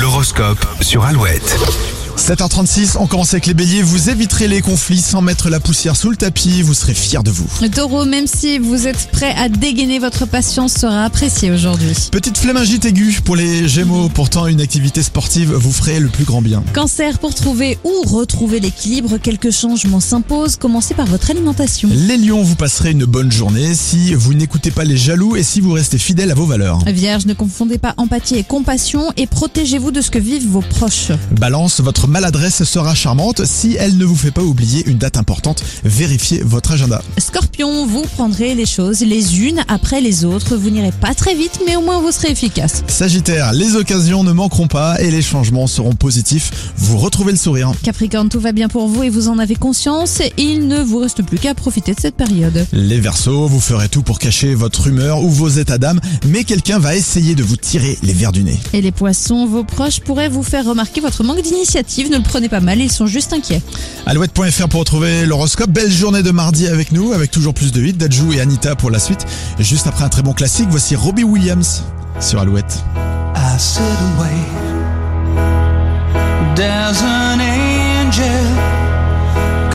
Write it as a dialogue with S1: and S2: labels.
S1: L'horoscope sur Alouette.
S2: 7h36, on commence avec les béliers. Vous éviterez les conflits sans mettre la poussière sous le tapis. Vous serez fiers de vous.
S3: Taureau, même si vous êtes prêt à dégainer, votre patience sera appréciée aujourd'hui.
S2: Petite flémingite aiguë pour les gémeaux. Pourtant, une activité sportive vous ferait le plus grand bien.
S3: Cancer, pour trouver ou retrouver l'équilibre, quelques changements s'imposent. Commencez par votre alimentation.
S2: Les lions, vous passerez une bonne journée si vous n'écoutez pas les jaloux et si vous restez fidèle à vos valeurs.
S3: Vierge, ne confondez pas empathie et compassion et protégez-vous de ce que vivent vos proches.
S2: Balance, votre maladresse sera charmante si elle ne vous fait pas oublier une date importante. Vérifiez votre agenda.
S3: Scorpion, vous prendrez les choses les unes après les autres. Vous n'irez pas très vite, mais au moins vous serez efficace.
S2: Sagittaire, les occasions ne manqueront pas et les changements seront positifs. Vous retrouvez le sourire.
S3: Capricorne, tout va bien pour vous et vous en avez conscience. Il ne vous reste plus qu'à profiter de cette période.
S2: Les Verseaux, vous ferez tout pour cacher votre humeur ou vos états d'âme, mais quelqu'un va essayer de vous tirer les vers du nez.
S3: Et les poissons, vos proches pourraient vous faire remarquer votre manque d'initiative. Ne le prenez pas mal, ils sont juste inquiets.
S2: Alouette.fr pour retrouver l'horoscope. Belle journée de mardi avec nous, avec toujours plus de hits. Dadju et Anita pour la suite. Juste après un très bon classique, voici Robbie Williams sur Alouette.
S4: I sit and wait. There's an angel